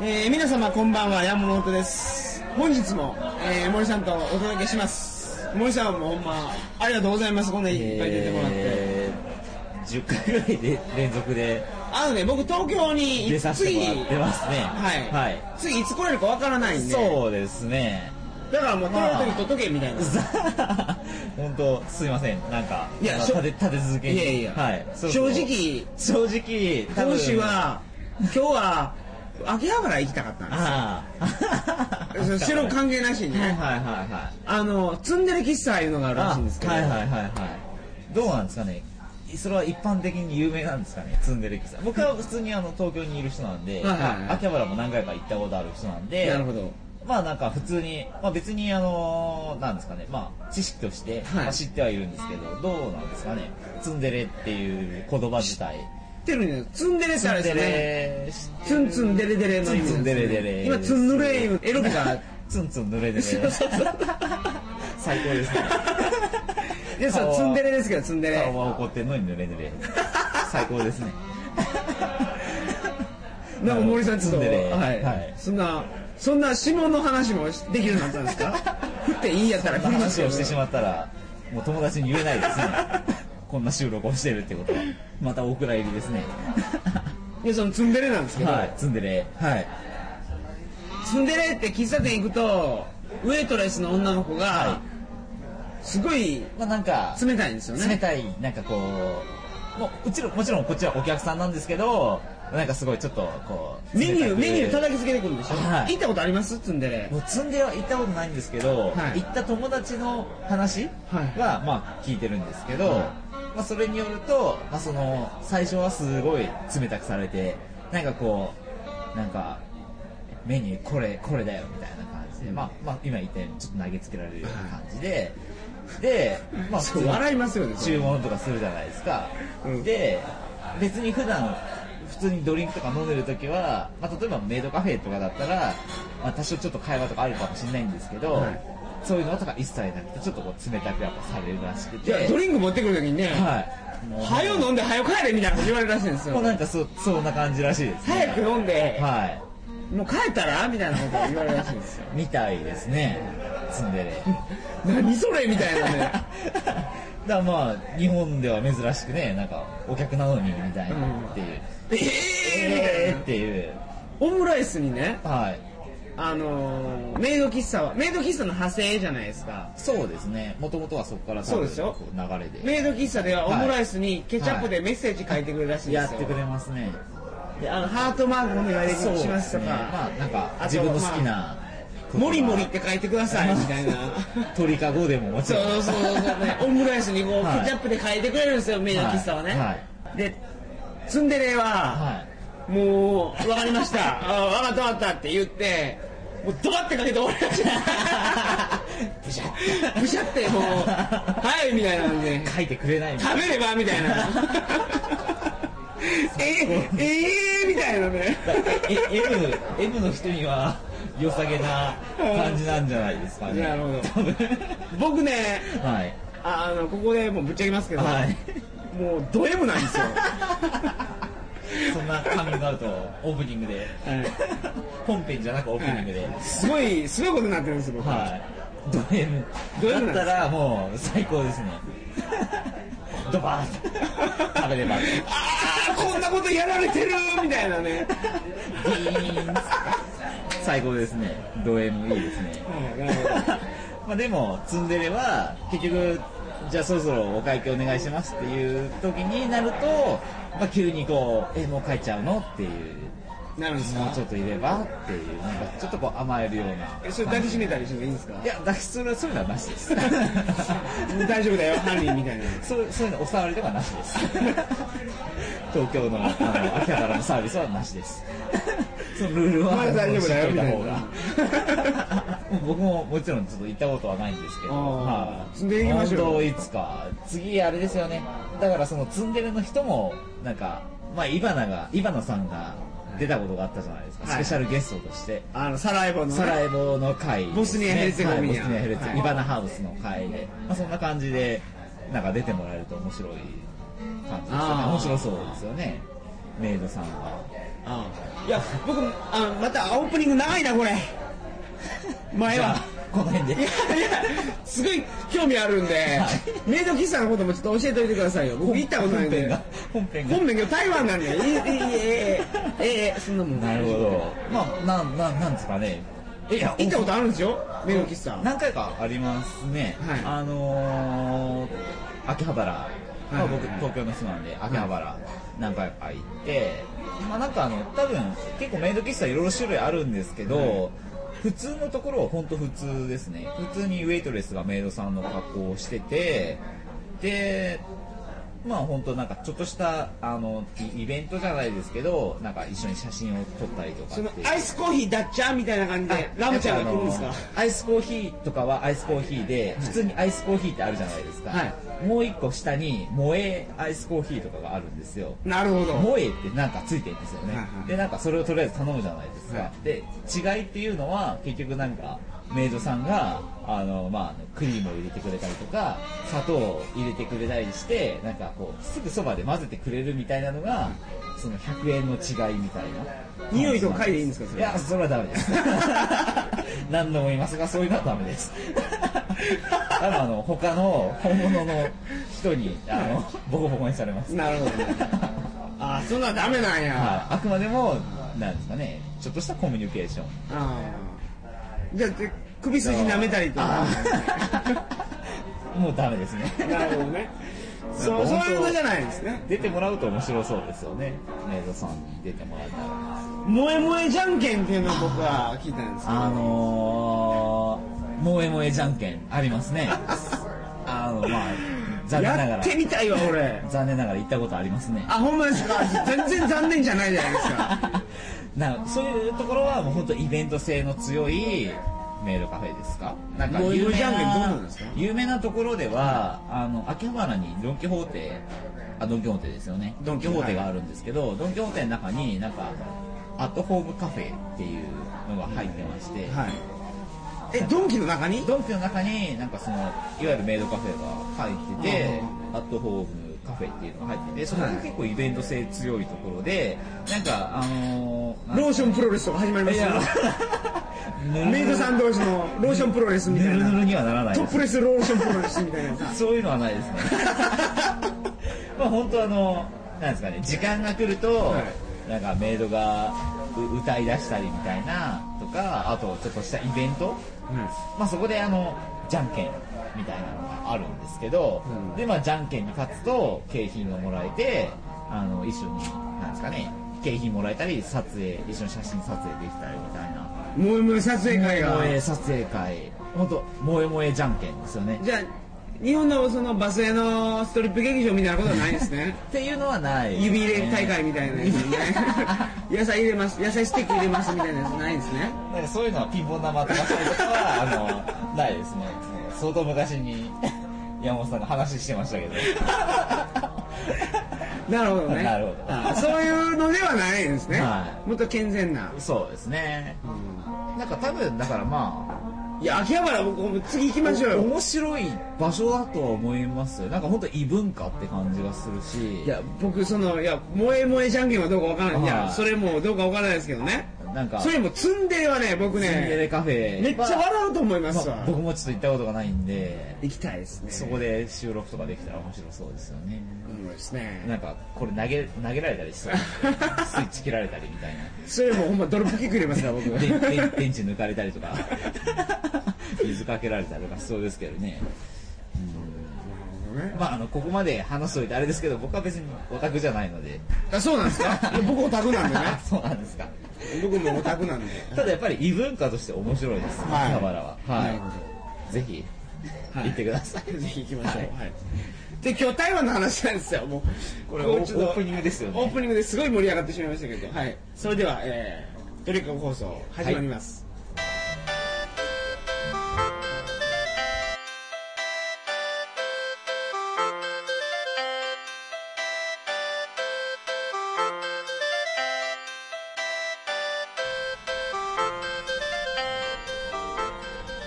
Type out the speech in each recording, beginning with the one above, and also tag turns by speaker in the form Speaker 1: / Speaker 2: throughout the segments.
Speaker 1: えー皆様こんばんは山本です本日も、えー森さんとお届けします森さんもほんまありがとうございますこんなにいっぱい出てもらって、
Speaker 2: えー、10回ぐらいで連続で
Speaker 1: あのね僕東京に
Speaker 2: 出させて
Speaker 1: 次
Speaker 2: もらってますね
Speaker 1: はい、
Speaker 2: はい
Speaker 1: 次いつ来れるかわからないんで
Speaker 2: そうですね
Speaker 1: だからもう撮れる時撮っとけみたいな、
Speaker 2: 本当すいませんなんか
Speaker 1: いや
Speaker 2: まあ
Speaker 1: しょ
Speaker 2: 立て立て続けに
Speaker 1: いやいや
Speaker 2: はい、そろそ
Speaker 1: 正
Speaker 2: ろ
Speaker 1: 直
Speaker 2: 正直多分
Speaker 1: 講師は今日は秋葉原行きたかったんです
Speaker 2: ああ
Speaker 1: そう白関係なしにね、
Speaker 2: はいはいはいはい
Speaker 1: あのツンデレ喫茶いうのがあるらしいんですけど、
Speaker 2: はいはいはいはいどうなんですかねそれは一般的に有名なんですかねツンデレ喫茶僕は普通にあの東京にいる人なん
Speaker 1: は
Speaker 2: で、
Speaker 1: いはいはい
Speaker 2: 秋葉原も何回か行ったことある人なんで
Speaker 1: なるほど
Speaker 2: まあなんか普通に、まあ、別にあのなんですかねまあ知識として、
Speaker 1: はい
Speaker 2: まあ知ってはいるんですけどどうなんですかねツンデレっていう言葉自体
Speaker 1: 知ってるんですツンデレってあれですよねツ
Speaker 2: ツ
Speaker 1: ン
Speaker 2: ン
Speaker 1: ツンデレデレの意味です
Speaker 2: ツ
Speaker 1: ね
Speaker 2: ンデレデレ
Speaker 1: 今ツンヌレいうエロビが
Speaker 2: ツンツン濡れ で
Speaker 1: そうそうそう
Speaker 2: 最高ですね
Speaker 1: いやそうツンデレですけどツンデレ
Speaker 2: 顔は怒ってんのに濡れ濡れ最高ですね
Speaker 1: なんか森さんちょっと
Speaker 2: ツンデレ
Speaker 1: はい、
Speaker 2: はい
Speaker 1: そんなそんな指紋の話もできるようになったんです か振っていいやったら振ります
Speaker 2: 話
Speaker 1: よ
Speaker 2: をしてしまったらもう友達に言えないですねこんな収録をしてるってことはまたお蔵入りで すね
Speaker 1: いやそのツンデレなんですけど、
Speaker 2: はいツンデレはい
Speaker 1: ツンデレって喫茶店行くとウェイトレスの女の子が、
Speaker 2: は
Speaker 1: すごい
Speaker 2: まあなんか
Speaker 1: 冷たいんですよね
Speaker 2: 冷たいなんかこうもううちろもちろんこっちはお客さんなんですけどなんかすごいちょっとこう
Speaker 1: メニューメニュー
Speaker 2: だ
Speaker 1: 叩きつけてくるんでしょ、
Speaker 2: はい
Speaker 1: 行ったことありますツンデレ
Speaker 2: もう積んでは行ったことないんですけど、
Speaker 1: はい
Speaker 2: 行った友達の話は、
Speaker 1: はい
Speaker 2: まあ聞いてるんですけど、
Speaker 1: はい
Speaker 2: まあそれによると、まあその最初はすごい冷たくされて、なんかこうなんかメニューこれこれだよみたいな感じで、まあまあ今言ったようにちょっと投げつけられるような感じで、で、ま あ
Speaker 1: そう笑いますよねそれ
Speaker 2: 注文とかするじゃないですか、
Speaker 1: うん
Speaker 2: で別に普段普通にドリンクとか飲んでる時は、まあ、例えばメイドカフェとかだったら、まあ、多少ちょっと会話とかあるかもしれないんですけど、
Speaker 1: はい
Speaker 2: そういうのとか一切なくてちょっとこう冷たくやっぱされるらしく
Speaker 1: い
Speaker 2: て
Speaker 1: やドリンク持ってくるときにね、
Speaker 2: はいもう
Speaker 1: 早よ飲んで早よ帰れみたいなこと言われるらしいんです
Speaker 2: もう
Speaker 1: よ
Speaker 2: なんかそそんな感じらしいですね
Speaker 1: 早く飲んで、
Speaker 2: はい
Speaker 1: もう帰ったらみたいなこと言われるらしいんですよ
Speaker 2: みたいですねツンデ レ
Speaker 1: 何それみたいな
Speaker 2: だか
Speaker 1: ね
Speaker 2: らまあ日本では珍しくねなんかお客なのにみたいなっていう、
Speaker 1: ええ
Speaker 2: えー
Speaker 1: ー
Speaker 2: っていう
Speaker 1: オムライスにね
Speaker 2: はい
Speaker 1: あのー、メイド喫茶はメイド喫茶の派生じゃないですか
Speaker 2: そうですねもともとはそこから多分
Speaker 1: そうですよ
Speaker 2: こう流れで
Speaker 1: メイド喫茶ではオムライスにケチャップでメッセージ書いてくれるらしいんですよ、
Speaker 2: やってくれますね
Speaker 1: であのハートマークお願い
Speaker 2: そうで
Speaker 1: し
Speaker 2: す
Speaker 1: ますとか、
Speaker 2: ねまあなんか
Speaker 1: あと
Speaker 2: 自分の好きな言葉
Speaker 1: モリモリって書いてくださいみたいな
Speaker 2: 鳥かごでももち
Speaker 1: そう
Speaker 2: ろん
Speaker 1: そうそうそうねオムライスにこう、
Speaker 2: はい
Speaker 1: ケチャップで書いてくれるんですよメイド喫茶はね、
Speaker 2: はい
Speaker 1: でツンデレは、
Speaker 2: はい
Speaker 1: もう分かりましたあ分かった分かったって言ってもうドバってかけて終わりました
Speaker 2: ブシャッ
Speaker 1: ブシャってもうはいみたいなんで
Speaker 2: 書いてくれないみたい
Speaker 1: 食べればみたいな えええみたいなね
Speaker 2: え M, M の人には良さげな感じなんじゃないですかね
Speaker 1: なるほど
Speaker 2: 多分
Speaker 1: 僕ね
Speaker 2: はい
Speaker 1: ああのここでもうぶっちゃけますけど、
Speaker 2: はい
Speaker 1: もうド M なんですよ、
Speaker 2: そんなカミングアウトをオープニングで、本編じゃなくオープニングで、
Speaker 1: すごいすごいことになってるんです僕、
Speaker 2: はい。ド M。
Speaker 1: ド M なん
Speaker 2: だ
Speaker 1: です
Speaker 2: ったらもう最高ですね。ドバーン食べれば。ビ
Speaker 1: ああこんなことやられてるみたいなね、
Speaker 2: ーン最高ですね。ド M いいですね。
Speaker 1: はいなるほど
Speaker 2: まあでも、ツンデレは結局、じゃあそろそろお会計お願いしますっていう時になると、まあ急にこう、え、もう帰っちゃうのっていう。
Speaker 1: なるんです
Speaker 2: もう
Speaker 1: か
Speaker 2: ちょっといればっていう、なんかちょっとこう甘えるような。
Speaker 1: えそれ抱きしめたりしてもいいんですか
Speaker 2: いや、だそれはそういうのはなしです。
Speaker 1: 大丈夫だよ犯人みたいな
Speaker 2: そうそういうのお触りとかなしです 東京のあの秋葉原のサービスはなしですそのルールは
Speaker 1: まだ大丈夫だよ
Speaker 2: 知っといた方
Speaker 1: みたい
Speaker 2: が 僕ももちろんちょっと行ったことはないんですけど、
Speaker 1: あー
Speaker 2: は
Speaker 1: 積んでいきましょうよ
Speaker 2: 本当いつか次あれですよねだからそのツンデレの人もなんかまあイバナがイバナさんが出たことがあったじゃないですか、
Speaker 1: はい
Speaker 2: スペシャルゲストとして
Speaker 1: あのサラエボのね
Speaker 2: サラエボの会ですね、
Speaker 1: ボスニアヘルツェゴビナ
Speaker 2: はいボスニアヘルツェ
Speaker 1: はい
Speaker 2: イバナハウスの会で、まあ、そんな感じでなんか出てもらえると面白い感じですよね
Speaker 1: あー
Speaker 2: 面白そうですよねメイドさんが
Speaker 1: いや僕あまたオープニング長いなこれ前
Speaker 2: じゃ
Speaker 1: は
Speaker 2: あこの辺
Speaker 1: い
Speaker 2: で
Speaker 1: やいやすごい興味あるんで
Speaker 2: はい
Speaker 1: メイド喫茶のこともちょっと教えておいてくださいよ僕行ったことないん
Speaker 2: 本編
Speaker 1: で
Speaker 2: が本編が
Speaker 1: 本名が台湾なんでいいいいええええそんなもん
Speaker 2: なるほどまあなんなんなんですかね
Speaker 1: え
Speaker 2: いや
Speaker 1: 行ったことあるんですよメイド喫茶は
Speaker 2: 何回かありますね、
Speaker 1: はい
Speaker 2: あのー、秋葉原、まあ、
Speaker 1: はいはい
Speaker 2: 僕東京の人なんで秋葉原何回か行って、まあなんかあの多分結構メイド喫茶いろいろ種類あるんですけど、
Speaker 1: はい
Speaker 2: 普通のところは本当普通ですね普通にウェイトレスがメイドさんの格好をしててでまあ本当なんかちょっとしたあのイイベントじゃないですけどなんか一緒に写真を撮ったりとか
Speaker 1: その
Speaker 2: っていう
Speaker 1: アイスコーヒーダッチャーみたいな感じで
Speaker 2: あ
Speaker 1: ラムちゃんが来るんです
Speaker 2: や
Speaker 1: か
Speaker 2: っぱあのアイスコーヒーとかはアイスコーヒーで、普通にアイスコーヒーってあるじゃないですか、
Speaker 1: は
Speaker 2: もう一個下に萌えアイスコーヒーとかがあるんですよ
Speaker 1: なるほど
Speaker 2: 萌えってなんかついてるんですよね、
Speaker 1: はいはい
Speaker 2: でなんかそれをとりあえず頼むじゃないですか、
Speaker 1: は
Speaker 2: で違いっていうのは結局なんかメイドさんがあの、まあ、クリームを入れてくれたりとか砂糖を入れてくれたりしてなんかこうすぐそばで混ぜてくれるみたいなのがその100円の違いみたいな
Speaker 1: 匂いと嗅いでいいんですかそ
Speaker 2: い
Speaker 1: れは
Speaker 2: やそれはダメです 何度も言いますがそういうのはダメです あのあの他の本物の人にあのボコボコにされます
Speaker 1: なるほどねあそんなんダメなんや、
Speaker 2: はい、あくまでも、なんですかね、ちょっとしたコミュニケーション。
Speaker 1: ああじゃあで首筋舐めたりとか
Speaker 2: あもうダメですね。
Speaker 1: なるほどね
Speaker 2: な
Speaker 1: そ
Speaker 2: ん
Speaker 1: う
Speaker 2: か
Speaker 1: そう
Speaker 2: 本当
Speaker 1: いうのじゃないですね
Speaker 2: 出てもらうと面白そうですよね。メイドさんに出てもらったら。
Speaker 1: 萌え萌えじゃんけんっていうのを僕は聞いたんですけど
Speaker 2: あのー、萌え萌えじゃんけんあります ね。あの、まあ、残念なが
Speaker 1: や
Speaker 2: ら
Speaker 1: っ、てみたいわ俺
Speaker 2: 残念ながら行ったことありますね。
Speaker 1: あほんまですか全然残念じゃないじゃないですか
Speaker 2: なそういうところはもう本当イベント性の強いメイドカフェですかなんか
Speaker 1: もう
Speaker 2: 有名
Speaker 1: ジャンルどうな
Speaker 2: なん
Speaker 1: ですか
Speaker 2: 有名なところではあの秋葉原にドン・キホーテあドン・キホーテですよねドン・キホーテがあるんですけど、ドン・キホーテの中になんかアットホームカフェっていうのが入ってまして、
Speaker 1: はいえドンキの中に
Speaker 2: ドンキの中になんかそのいわゆるメイドカフェが入っててアットホームカフェっていうのが入っててそこが結構イベント性強いところでなんかあのーなん
Speaker 1: ローションプロレスとか始まりま
Speaker 2: い
Speaker 1: すよ
Speaker 2: や
Speaker 1: メイドさん同士のローションプロレスみ
Speaker 2: ぬ
Speaker 1: たい
Speaker 2: るぬる
Speaker 1: な
Speaker 2: にはならない
Speaker 1: ト
Speaker 2: で
Speaker 1: ップレスローションプロレスみたいなさ
Speaker 2: すそういうのはないですね まあ本当あのなんですかね時間が来ると、
Speaker 1: は
Speaker 2: なんかメイドがう歌い出したりみたいなとかあとちょっとしたイベント、まあ、そこであのじゃんけんみたいなのがあるんですけど、
Speaker 1: うん
Speaker 2: でまあじゃんけんに勝つと景品がもらえてあの一緒になんですかね景品もらえたり撮影一緒に写真撮影できたりみたいな
Speaker 1: 萌え萌え撮影会が
Speaker 2: 萌え撮影会本当萌え萌えじゃんけんですよね
Speaker 1: じゃあ日本のそのバスへのストリップ劇場みたいなことはないです ね
Speaker 2: っていうのはないですね、
Speaker 1: 指入れ大会みたいなやつ ね野菜入れます野菜スティック入れますみたいなやつないですね
Speaker 2: なんかそういうのはピンポン玉とかそういうことは あのないですね相当昔に山本さんが話してまし たけど
Speaker 1: なるほどね
Speaker 2: なるほど
Speaker 1: あそういうのではないんですね、
Speaker 2: は
Speaker 1: もっと健全な、
Speaker 2: そうですねなんか多分だからま
Speaker 1: いや秋葉原僕もう次行き
Speaker 2: あ
Speaker 1: ましょうよ
Speaker 2: 面白い場所だとは思いますよなんか本当異文化って感じがするし
Speaker 1: いや僕そのいや萌え萌えじゃんけんはどうかわからないい
Speaker 2: は
Speaker 1: や
Speaker 2: い
Speaker 1: それもどうかわからないですけどね
Speaker 2: なんか
Speaker 1: それもツンデレはね僕
Speaker 2: ツンデレ
Speaker 1: ね
Speaker 2: カフェ
Speaker 1: めっちゃ笑うと思いま
Speaker 2: ます
Speaker 1: わ
Speaker 2: あ僕もちょっと行ったことがないんで
Speaker 1: 行きたいですね
Speaker 2: そこで収録とかできたら面白そうですよね
Speaker 1: 面白いですね
Speaker 2: なんかこれ投げ投げられた りしそうスイッチ切られたりみたいな
Speaker 1: それもほんまドロップキック入れますから 僕
Speaker 2: でで電池抜かれた りとか水かけられたりとかしそうですけどねまああのここまで話しておいてあれですけど僕は別にオタクじゃないので
Speaker 1: あそうなんですかいや 僕オタクなんでね
Speaker 2: あ そうなんですか
Speaker 1: 僕もオタクなんで
Speaker 2: ただやっぱり異文化として面白いです秋
Speaker 1: はい
Speaker 2: 葉原は
Speaker 1: なるほ
Speaker 2: はいぜひ
Speaker 1: はい
Speaker 2: 行ってください
Speaker 1: ぜひ行きましょう、
Speaker 2: はい
Speaker 1: はいで今日台湾の話なんですよもう
Speaker 2: これ
Speaker 1: もうちょっと
Speaker 2: オープニングですよね
Speaker 1: オープニングですごい盛り上がってしまいましたけど、はい、それでは、えー、ドリカム放送始まります、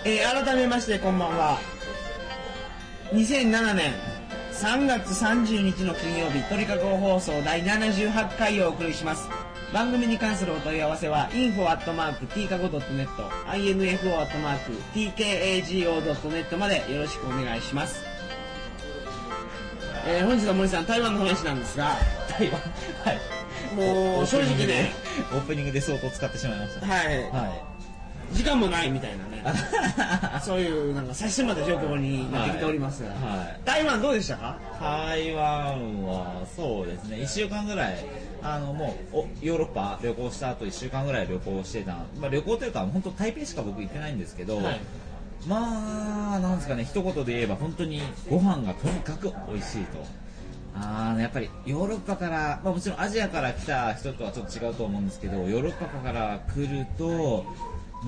Speaker 1: えー改めましてこんばんは2007年3月30日の金曜日鳥かご放送第78回をお送りします番組に関するお問い合わせは info.tkago.net info.tkago.net までよろしくお願いします、えー本日は森さん台湾の話なんですが
Speaker 2: 台湾はい
Speaker 1: もう正直ね
Speaker 2: オープニングで相当使ってしまいました
Speaker 1: はい
Speaker 2: はい
Speaker 1: 時間もないみたいなね そういうなんか差し迫った状況 になってきておりますが、
Speaker 2: はい
Speaker 1: 台湾どうでしたか
Speaker 2: 台湾はそうですね1週間ぐらいあのもうおヨーロッパ旅行した後1週間ぐらい旅行してた、まあ、旅行というか本当台北しか僕行ってないんですけど、
Speaker 1: はい
Speaker 2: まあなんですかね一言で言えば本当にご飯がとにかく美味しいとあーやっぱりヨーロッパから、まあ、もちろんアジアから来た人とはちょっと違うと思うんですけどヨーロッパから来ると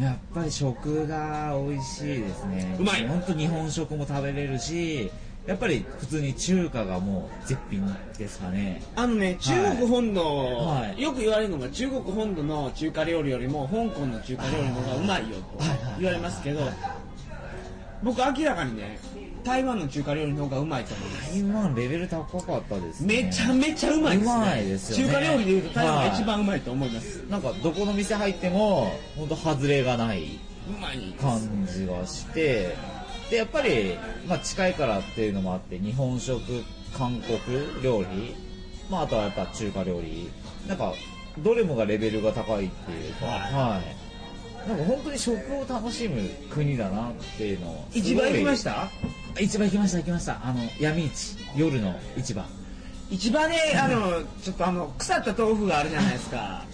Speaker 2: やっぱり食が美味しいですね
Speaker 1: うまい
Speaker 2: 本当日本食も食べれるしやっぱり普通に中華がもう絶品ですかね
Speaker 1: あのね、中国本土、
Speaker 2: はい
Speaker 1: よく言われるのが中国本土の中華料理よりも香港の中華料理の方がうまいよと
Speaker 2: はいはい
Speaker 1: 言われますけど僕明らかにね台湾の中華料理の方がうまいと思います
Speaker 2: 台湾レベル高かったですね
Speaker 1: めちゃめちゃうまいですね
Speaker 2: うまいですよね
Speaker 1: 中華料理でいうと台湾が一番うまいと思います、
Speaker 2: なんかどこの店入っても本当外れがないう
Speaker 1: まいです
Speaker 2: 感じがしてでやっぱり、まあ、近いからっていうのもあって日本食韓国料理、まあ、あとはやっぱ中華料理なんかどれもがレベルが高いっていうか、
Speaker 1: は
Speaker 2: はい、なんか本当に食を楽しむ国だなっていうのを
Speaker 1: 一番行きましたた
Speaker 2: 市場行きました行きましたあの闇市夜の市場
Speaker 1: 市場であのちょっとあの腐った豆腐があるじゃないですか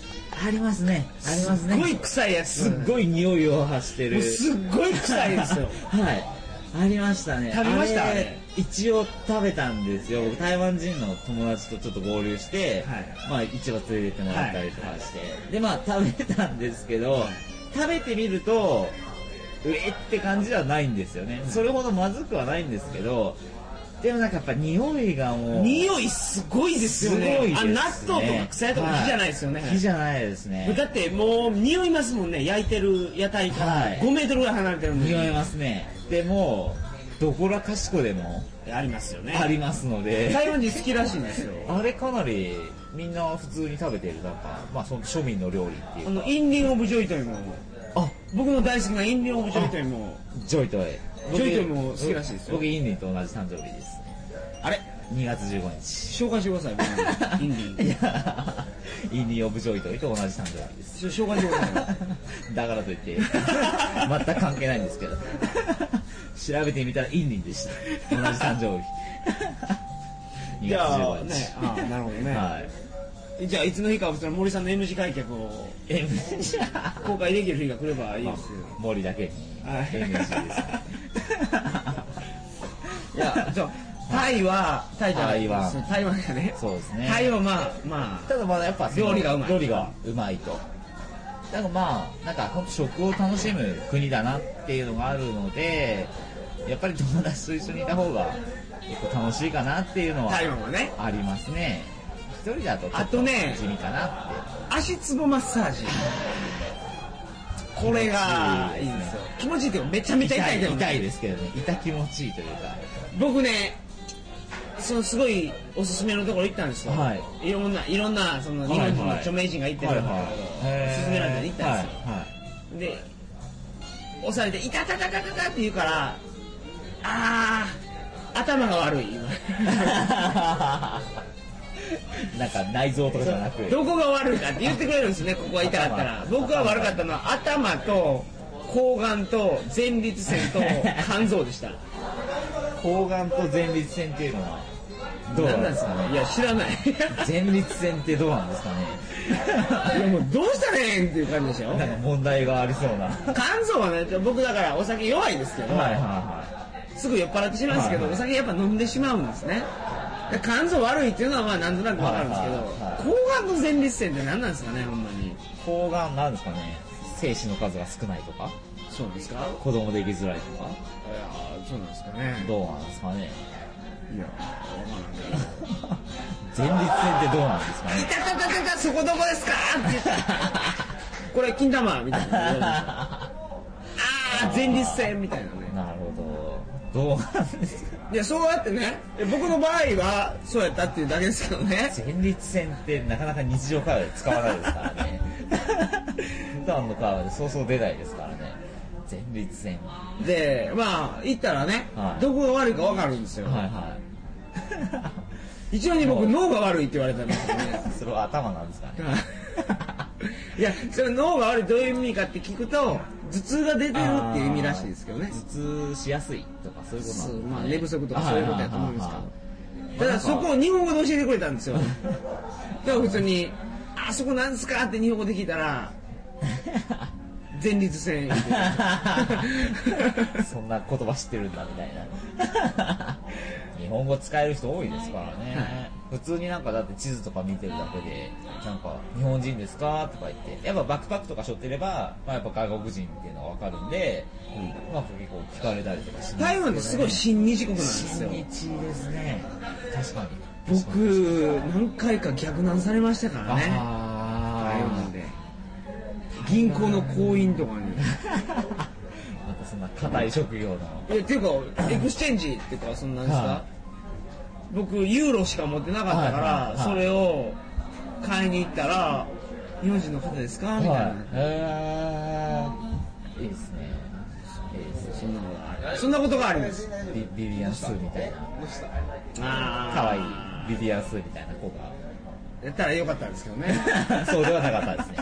Speaker 2: ありますねありますね
Speaker 1: すっごい臭いやつ
Speaker 2: すっごい匂いを発して
Speaker 1: も
Speaker 2: る
Speaker 1: うすっごい臭いですよ
Speaker 2: はいありましたね
Speaker 1: 食べました
Speaker 2: あれ
Speaker 1: あれ
Speaker 2: 一応食べたんですよ僕台湾人の友達とちょっと合流して、
Speaker 1: はい
Speaker 2: まあ一応連れてってもらったりとかして、でまあ食べたんですけど、食べてみるとうえって感じではないんですよねそれほどまずくはないんですけどでもなんかやっぱ匂いがもう
Speaker 1: 匂いすごいですよね
Speaker 2: すごいですね
Speaker 1: あ納豆とか臭いとか火じゃないですよね、
Speaker 2: は火じゃないですね
Speaker 1: だってもう匂いますもんね焼いてる屋台か
Speaker 2: は
Speaker 1: ら
Speaker 2: い
Speaker 1: 5メートルぐらい離れてるんで、
Speaker 2: 匂いますねでもどこらかしこでも
Speaker 1: ありますよね
Speaker 2: ありますので
Speaker 1: 台湾人好きらしいんですよ
Speaker 2: あれかなりみんな普通に食べてるなんか、まあ、その庶民の料理ってい
Speaker 1: あ
Speaker 2: う
Speaker 1: のインディン・オブ・ジョイトイも
Speaker 2: あ
Speaker 1: 僕の大好きなインディン・オブ・ジョイトイも
Speaker 2: ジョイトイ
Speaker 1: ジョイトイも好きらしいですよ
Speaker 2: 僕インディと同じ誕生日ですね
Speaker 1: あれ
Speaker 2: 2月15日
Speaker 1: 紹介してください僕のインディン
Speaker 2: いやインディオブジョイトイと同じ誕生日です
Speaker 1: ちょ紹介してください
Speaker 2: だからといって全く関係ないんですけど調べてみたらインディでした同じ誕生
Speaker 1: じゃあね
Speaker 2: 日2月15日
Speaker 1: あーなるほどね、
Speaker 2: はい
Speaker 1: じゃあいつの日かその森さんの M 字開脚を
Speaker 2: えじゃあ
Speaker 1: 公開できる日が来ればいいですよ
Speaker 2: 森だけに
Speaker 1: はい
Speaker 2: NG ですね
Speaker 1: いやじゃあタイはタイじゃない
Speaker 2: 台湾
Speaker 1: そう台湾がね
Speaker 2: そうですね
Speaker 1: タイはまあまあ
Speaker 2: ただまだやっぱその
Speaker 1: 料理がうまい
Speaker 2: 料理がうまいとだからまあなんか本当食を楽しむ国だなっていうのがあるのでやっぱり友達と一緒にいた方が結構楽しいかなっていうのは
Speaker 1: 台湾はね
Speaker 2: ありますね一人だとちょ
Speaker 1: あ
Speaker 2: っと
Speaker 1: とね
Speaker 2: 地味かなって
Speaker 1: 足つぼマッサージこれがい
Speaker 2: 気持ち
Speaker 1: い
Speaker 2: いいですね
Speaker 1: んですよ気持ちいいけどめちゃめちゃ痛いけど、ね、
Speaker 2: 痛いですけどね痛気持ちいいというか
Speaker 1: 僕ねそのすごいおすすめのところ行ったんですよ、、
Speaker 2: はい
Speaker 1: ろんないろんなその日本人の著名人が行ってるんだけど、
Speaker 2: へー
Speaker 1: おすすめなんで行ったんですよ、
Speaker 2: はいはい
Speaker 1: で押されて「いたたたたたた」って言うから「あー頭が悪い」
Speaker 2: なんか内臓とかじゃなく
Speaker 1: どこが悪いかって言ってくれるんですねここが痛かったら
Speaker 2: 頭
Speaker 1: 僕が悪かったのは頭と睾丸と前立腺と肝臓でした
Speaker 2: 睾丸と前立腺っていうのはどう
Speaker 1: 何な
Speaker 2: な
Speaker 1: んん
Speaker 2: で
Speaker 1: ですす
Speaker 2: か
Speaker 1: か
Speaker 2: ね
Speaker 1: ねいや知 らない
Speaker 2: 前立腺ってどうなんですかね
Speaker 1: いやもうどうしたらええんっていう感じでしょ
Speaker 2: なんか問題がありそうなはい
Speaker 1: 肝臓はね僕だからお酒弱いですけど、
Speaker 2: はいは
Speaker 1: すぐ酔っ払ってしまうんですけど、
Speaker 2: はい
Speaker 1: お酒やっぱ飲んでしまうんですねで肝臓悪いっていうのはまあなんとなくわかるんですけど、
Speaker 2: はいはい
Speaker 1: 睾丸と前立腺って何なんですかねほんまに
Speaker 2: い睾丸なんですかね精子の数が少ないとか
Speaker 1: そうですかいや
Speaker 2: 子供できづらいとか
Speaker 1: そうなんですかね
Speaker 2: どうなんですかね
Speaker 1: いやわからんけど
Speaker 2: 前立腺ってどうなんですか
Speaker 1: い
Speaker 2: ね
Speaker 1: たたたたたそこどこですかって言ったこれ金玉みた いなああー前立腺みたいなね
Speaker 2: なるほどどうなんですか
Speaker 1: でそうやってねで僕の場合はそうやったっていうだけですけどね
Speaker 2: 前立腺ってなかなか日常会話で使わないですからね普段の会話でそうそう出ないですからね前立腺は
Speaker 1: でまあ行ったらね、
Speaker 2: はい
Speaker 1: どこが悪いか分かるんです
Speaker 2: い
Speaker 1: よ、
Speaker 2: は
Speaker 1: 一応に僕脳が悪いって言われたんですよ ね
Speaker 2: いそれは頭なんですかね
Speaker 1: いやそれ脳が悪いどういう意味かって聞くと頭痛が出てるっていう意味らしいですけどね
Speaker 2: 頭痛しやすいとかそういうことなんです
Speaker 1: そう
Speaker 2: ね
Speaker 1: まあ寝不足とかそういうことやと思うんですけど
Speaker 2: はいはいはいはい
Speaker 1: ただそこを日本語で教えてくれたんですよだから普通に「あそこなんですか?」って日本語で聞いたら「前立腺」 言うて
Speaker 2: そんな言葉知ってるんだみたいな日本語使える人多いですからね、普通になんかだって地図とか見てるだけでなんか「日本人ですか?」とか言ってやっぱバックパックとか背負ってれば、まあ、やっぱ外国人っていうのが分かるんで、まあ結構聞かれたりとかします
Speaker 1: 台湾ってすごい親日国なんです
Speaker 2: 親
Speaker 1: よ
Speaker 2: 日ですね確かに
Speaker 1: 僕
Speaker 2: 確かに
Speaker 1: 何回か逆難されましたからね
Speaker 2: あ
Speaker 1: 台
Speaker 2: ー
Speaker 1: 湾で銀行の行員とかに
Speaker 2: またそんな硬い職業の
Speaker 1: いやっていうかエクスチェンジっていうかそんなんですか、
Speaker 2: は
Speaker 1: 僕ユーロしか持ってなかったから、
Speaker 2: はいはいはい
Speaker 1: それを買いに行ったら「日本人の方ですか?」みたいな、
Speaker 2: へえー、いいですねいいです
Speaker 1: そ
Speaker 2: ね
Speaker 1: んなことがあるそんなことがあります
Speaker 2: ビビビアンスーみたいな
Speaker 1: あ
Speaker 2: 可愛いビビアンスーみたいな子
Speaker 1: やったらよかったんですけどね
Speaker 2: が そうではなかったですね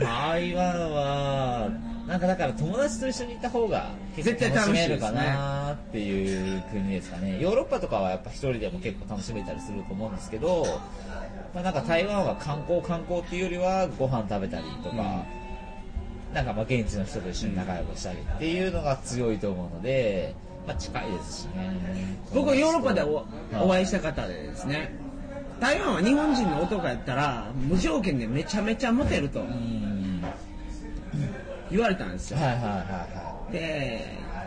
Speaker 2: 台湾はなんかだから友達と一緒に行った方が結構
Speaker 1: 絶対楽しい
Speaker 2: め
Speaker 1: で
Speaker 2: る
Speaker 1: すね
Speaker 2: かなっていう国ですかねヨーロッパとかはやっぱ一人でも結構楽しめたりすると思うんですけど、まあ、なんか台湾は観光観光っていうよりはご飯食べたりとか、なんかまあ現地の人と一緒に仲良くしたりっていうのが強いと思うので、まあ、近いですしね
Speaker 1: 僕ヨーロッパでおお
Speaker 2: い
Speaker 1: 会いした方でですね台湾は日本人の男やったら無条件でめちゃめちゃモテると
Speaker 2: うん
Speaker 1: 言われたんですよ
Speaker 2: はいはいはいは
Speaker 1: で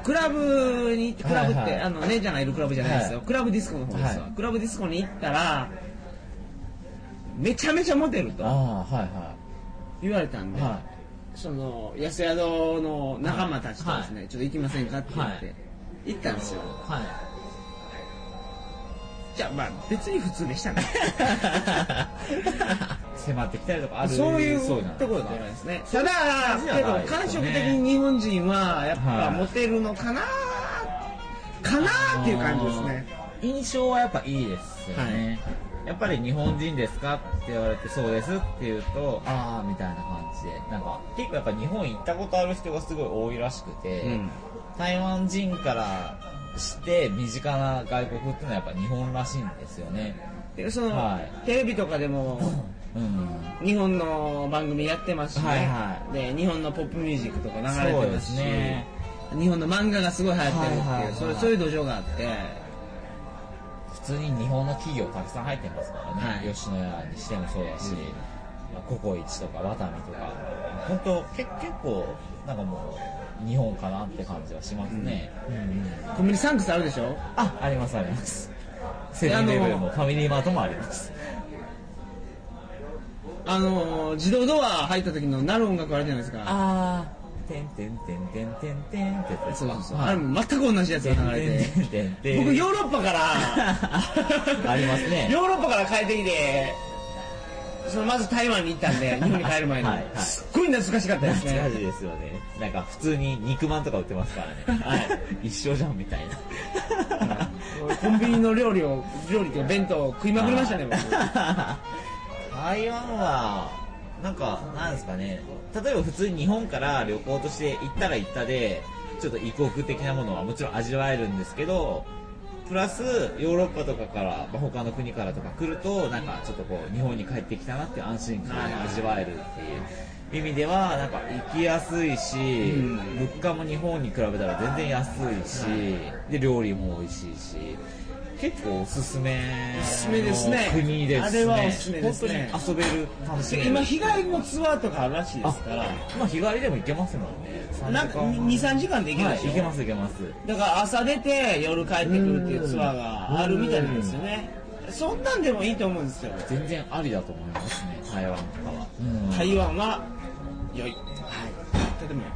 Speaker 1: クラブに行ってクラブって、
Speaker 2: はいはい
Speaker 1: あの姉ちゃんがいるクラブじゃないですよ、
Speaker 2: はい
Speaker 1: クラブディスコの方ですよ、
Speaker 2: はい
Speaker 1: クラブディスコに行ったらめちゃめちゃモテる
Speaker 2: い
Speaker 1: と
Speaker 2: ああはいは
Speaker 1: 言われたん
Speaker 2: い
Speaker 1: で、
Speaker 2: は
Speaker 1: その安宿の仲間たちとですね、
Speaker 2: は
Speaker 1: ちょっと行きませんかって言って、
Speaker 2: はい
Speaker 1: 行ったんですよ
Speaker 2: いは
Speaker 1: じゃあまあ別に普通でした ね
Speaker 2: い迫ってきたりとかある
Speaker 1: そういう
Speaker 2: そな
Speaker 1: ところじゃないですねただ
Speaker 2: そうい
Speaker 1: け
Speaker 2: う感じでは
Speaker 1: ど
Speaker 2: ないですね
Speaker 1: 感触的に日本人はやっぱ
Speaker 2: はい
Speaker 1: モテるのかなかなっていう感じですね
Speaker 2: 印象はやっぱいいですよね、やっぱり日本人ですかって言われてそうですって言うとああみたいな感じでなんか結構やっぱ日本行ったことある人がすごい多いらしくて、
Speaker 1: うん
Speaker 2: 台湾人からして身近な外国っていうのはやっぱ日本らしいんですよね
Speaker 1: でその、
Speaker 2: はい
Speaker 1: テレビとかでも
Speaker 2: うん
Speaker 1: 日本の番組やってますしね、
Speaker 2: はいは
Speaker 1: で日本のポップミュージックとか流れ
Speaker 2: そう
Speaker 1: て
Speaker 2: で
Speaker 1: ます
Speaker 2: す
Speaker 1: し
Speaker 2: ね
Speaker 1: 日本の漫画がすごい流行ってるっていう、
Speaker 2: はいはいはい
Speaker 1: それそういう土壌があって
Speaker 2: 普通に日本の企業たくさん入ってますからね、
Speaker 1: はい
Speaker 2: 吉野家にしてもそうだし、まあココイチとかワタミとか本当け結構なんかもう日本かなって感じはしますね、うんうん
Speaker 1: コンビニサンクスあるでしょ
Speaker 2: あありますありますセブンイレブンもファミリーマートもあります
Speaker 1: あのー自動ドア入った時のなる音楽あるじゃないですか
Speaker 2: ああてんてんてんてんてんてんってやつです
Speaker 1: そう
Speaker 2: か
Speaker 1: そうそう、
Speaker 2: はい
Speaker 1: あれも全く同じやつが流れて
Speaker 2: てんてんてんてん
Speaker 1: 僕ヨーロッパから
Speaker 2: ありますね
Speaker 1: ヨーロッパから帰ってきてそのまず台湾に行ったんで日本に帰る前に、
Speaker 2: はいはい
Speaker 1: すっごい懐かしかったです
Speaker 2: 懐か
Speaker 1: ね
Speaker 2: しいですよねなんか普通に肉まんとか売ってますから ね、はい、一緒じゃんみたいな
Speaker 1: コンビニの料理を料理っていうか弁当を食いまくりましたね僕
Speaker 2: 台湾はなんかなんですかね例えば普通に日本から旅行として行ったら行ったでちょっと異国的なものはもちろん味わえるんですけどプラスヨーロッパとかから、まあ他の国からとか来るとなんかちょっとこう日本に帰ってきたなっていう安心感を味わえるっていう意味ではなんか行きやすいし、
Speaker 1: うん
Speaker 2: 物価も日本に比べたら全然安いし、で料理も美味しいし結構おすすめ
Speaker 1: おすすめですね
Speaker 2: 国ですね
Speaker 1: あれはおすすめですね
Speaker 2: 本当に遊べる楽しめる
Speaker 1: 今日帰りのツアーとかあるらしいですから
Speaker 2: あまあ日帰りでも行けますもんね3
Speaker 1: なんか23時間で行ける
Speaker 2: は
Speaker 1: で
Speaker 2: い
Speaker 1: しょ、
Speaker 2: 行けます行けます
Speaker 1: だから朝出て夜帰ってくるっていうツアーがあるみたいなんですよねそんなんでもいいと思うんですよ
Speaker 2: 全然ありだと思いますね台湾とかは、うん
Speaker 1: 台湾は良い、はい、とても良い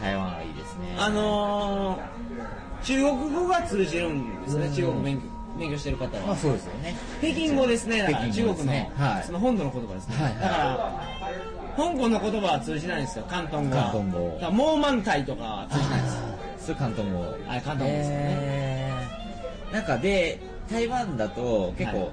Speaker 2: 台湾はいいですね
Speaker 1: あのー、中国語が通じるんですね、
Speaker 2: うん
Speaker 1: 中国免許免許してる方
Speaker 2: まあ
Speaker 1: は。
Speaker 2: そうですよね
Speaker 1: 北京語ですね、だから
Speaker 2: 北
Speaker 1: 中
Speaker 2: 京語
Speaker 1: 国
Speaker 2: です
Speaker 1: の、
Speaker 2: ねはい
Speaker 1: その本土の言葉ですね。
Speaker 2: はいはい
Speaker 1: だから、香港の言葉は通じないんですよ、広東語は。
Speaker 2: 広東語
Speaker 1: だから、モーマンタイとかは通じないんですよ。
Speaker 2: それ広東語
Speaker 1: あれ広東語ですよね
Speaker 2: ねなんかで台湾だと結構、
Speaker 1: は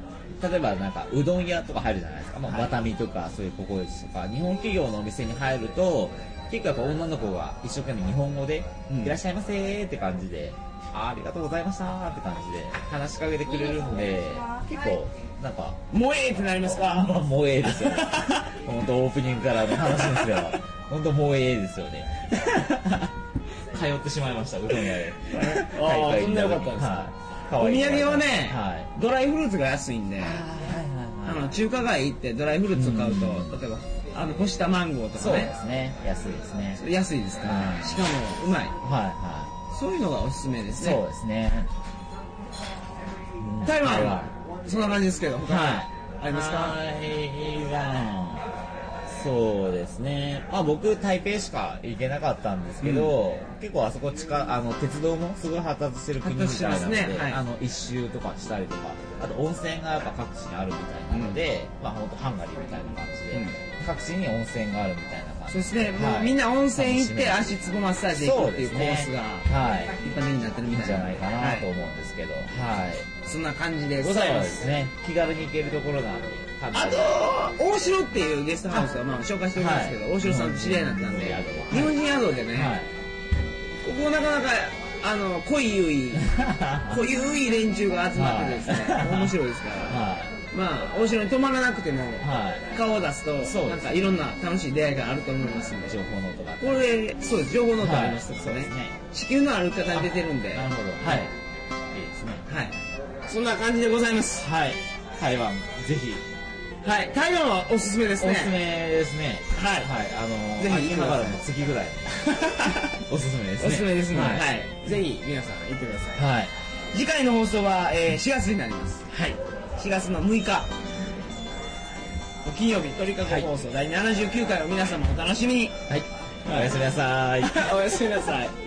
Speaker 2: 例えばなんかうどん屋とか入るじゃないですか、まあ、
Speaker 1: はい
Speaker 2: ワタミとかそういうココイチとか日本企業のお店に入ると結構やっぱ女の子が一生懸命日本語で「
Speaker 1: うん
Speaker 2: いらっしゃいませ」って感じで「あーありがとうございました」って感じで話しかけてくれるんで結構なんか
Speaker 1: 萌えってなります
Speaker 2: あんま
Speaker 1: か
Speaker 2: 萌えです よね本当オープニングからの話ですよ本当萌えですよね通ってしまいましたうどん屋で
Speaker 1: あーそんな良かったです
Speaker 2: はい可
Speaker 1: お
Speaker 2: 愛い
Speaker 1: 土産はね、
Speaker 2: はい
Speaker 1: ドライフルーツが安いんで、あ
Speaker 2: あ
Speaker 1: の中華街行ってドライフルーツを買うと、
Speaker 2: うん
Speaker 1: 例えばあの干したマンゴーと
Speaker 2: そ
Speaker 1: か
Speaker 2: う
Speaker 1: ね
Speaker 2: ですね安いですね
Speaker 1: 安いですから、
Speaker 2: うん
Speaker 1: しかもうまい
Speaker 2: はいは
Speaker 1: そういうのがおすすめで
Speaker 2: い
Speaker 1: す
Speaker 2: そう
Speaker 1: ね
Speaker 2: ですねうん
Speaker 1: 台湾
Speaker 2: は
Speaker 1: はそんな感じですけど他
Speaker 2: はい
Speaker 1: ありますか
Speaker 2: 台湾そうですね、まあ、僕台北しか行けなかったんですけど、結構あそこ近あの鉄道もすごい発達してる国みたいなの
Speaker 1: 発
Speaker 2: で、
Speaker 1: 達してますねはい
Speaker 2: あの一周とかしたりとかあと温泉がやっぱ各地にあるみたいなので、まあ本当ハンガリーみたいな感じで、
Speaker 1: うん
Speaker 2: 各地に温泉があるみたいな感じ
Speaker 1: そうですね、もう
Speaker 2: はい
Speaker 1: みんな温泉行っ
Speaker 2: 楽してめる
Speaker 1: 足つぼマッサージ行くっていう
Speaker 2: そ
Speaker 1: コ
Speaker 2: うで
Speaker 1: ー
Speaker 2: す
Speaker 1: ス
Speaker 2: ね
Speaker 1: が
Speaker 2: はい
Speaker 1: 一般的になってる
Speaker 2: いい
Speaker 1: み
Speaker 2: ん
Speaker 1: たい
Speaker 2: じゃ
Speaker 1: な
Speaker 2: ないかなと
Speaker 1: はい
Speaker 2: 思うんですけど、はい、
Speaker 1: そんな感じで
Speaker 2: ご
Speaker 1: ござ
Speaker 2: ざい
Speaker 1: い
Speaker 2: ま
Speaker 1: ます
Speaker 2: すね気軽に行けるところなんで旅
Speaker 1: あと大城っていうゲストハウスはまあ紹介しておきますけど、
Speaker 2: はい
Speaker 1: 大城さんと知り合いになったんで日
Speaker 2: 日
Speaker 1: 本
Speaker 2: 本
Speaker 1: 人宿でね、
Speaker 2: はい
Speaker 1: ここなかなかあの濃いゆい濃ゆい連中が集まっててですね、
Speaker 2: はい
Speaker 1: 面白いですから、
Speaker 2: は
Speaker 1: まあ大城に泊まらなくても
Speaker 2: い。はい。
Speaker 1: 顔を出すと
Speaker 2: そうです
Speaker 1: なんかいろんな楽しい出会いがあると思いますんで
Speaker 2: 情報のとか。
Speaker 1: これそうです情報ノートあります
Speaker 2: はい
Speaker 1: とかね,、
Speaker 2: そうですね
Speaker 1: 地球の歩き方に出てるんで
Speaker 2: なるほど。はい。いいですね。
Speaker 1: はいそんな感じでございます
Speaker 2: はい。台湾、ぜひ。
Speaker 1: はい台湾はおすすめです
Speaker 2: お
Speaker 1: ね
Speaker 2: すすめですね。
Speaker 1: はい
Speaker 2: はい。あのー、
Speaker 1: ぜひ
Speaker 2: 秋葉原の次ぐらい。おすすめですね。
Speaker 1: おすすめですね
Speaker 2: は
Speaker 1: はいい、。ぜひ皆さん行ってください、
Speaker 2: はい。
Speaker 1: 次回の放送は、えー4月になりますはい4月の6日金曜日鳥かご放送第79回を皆様お楽しみに、
Speaker 2: はい。おやすみなさい。
Speaker 1: おやすみなさい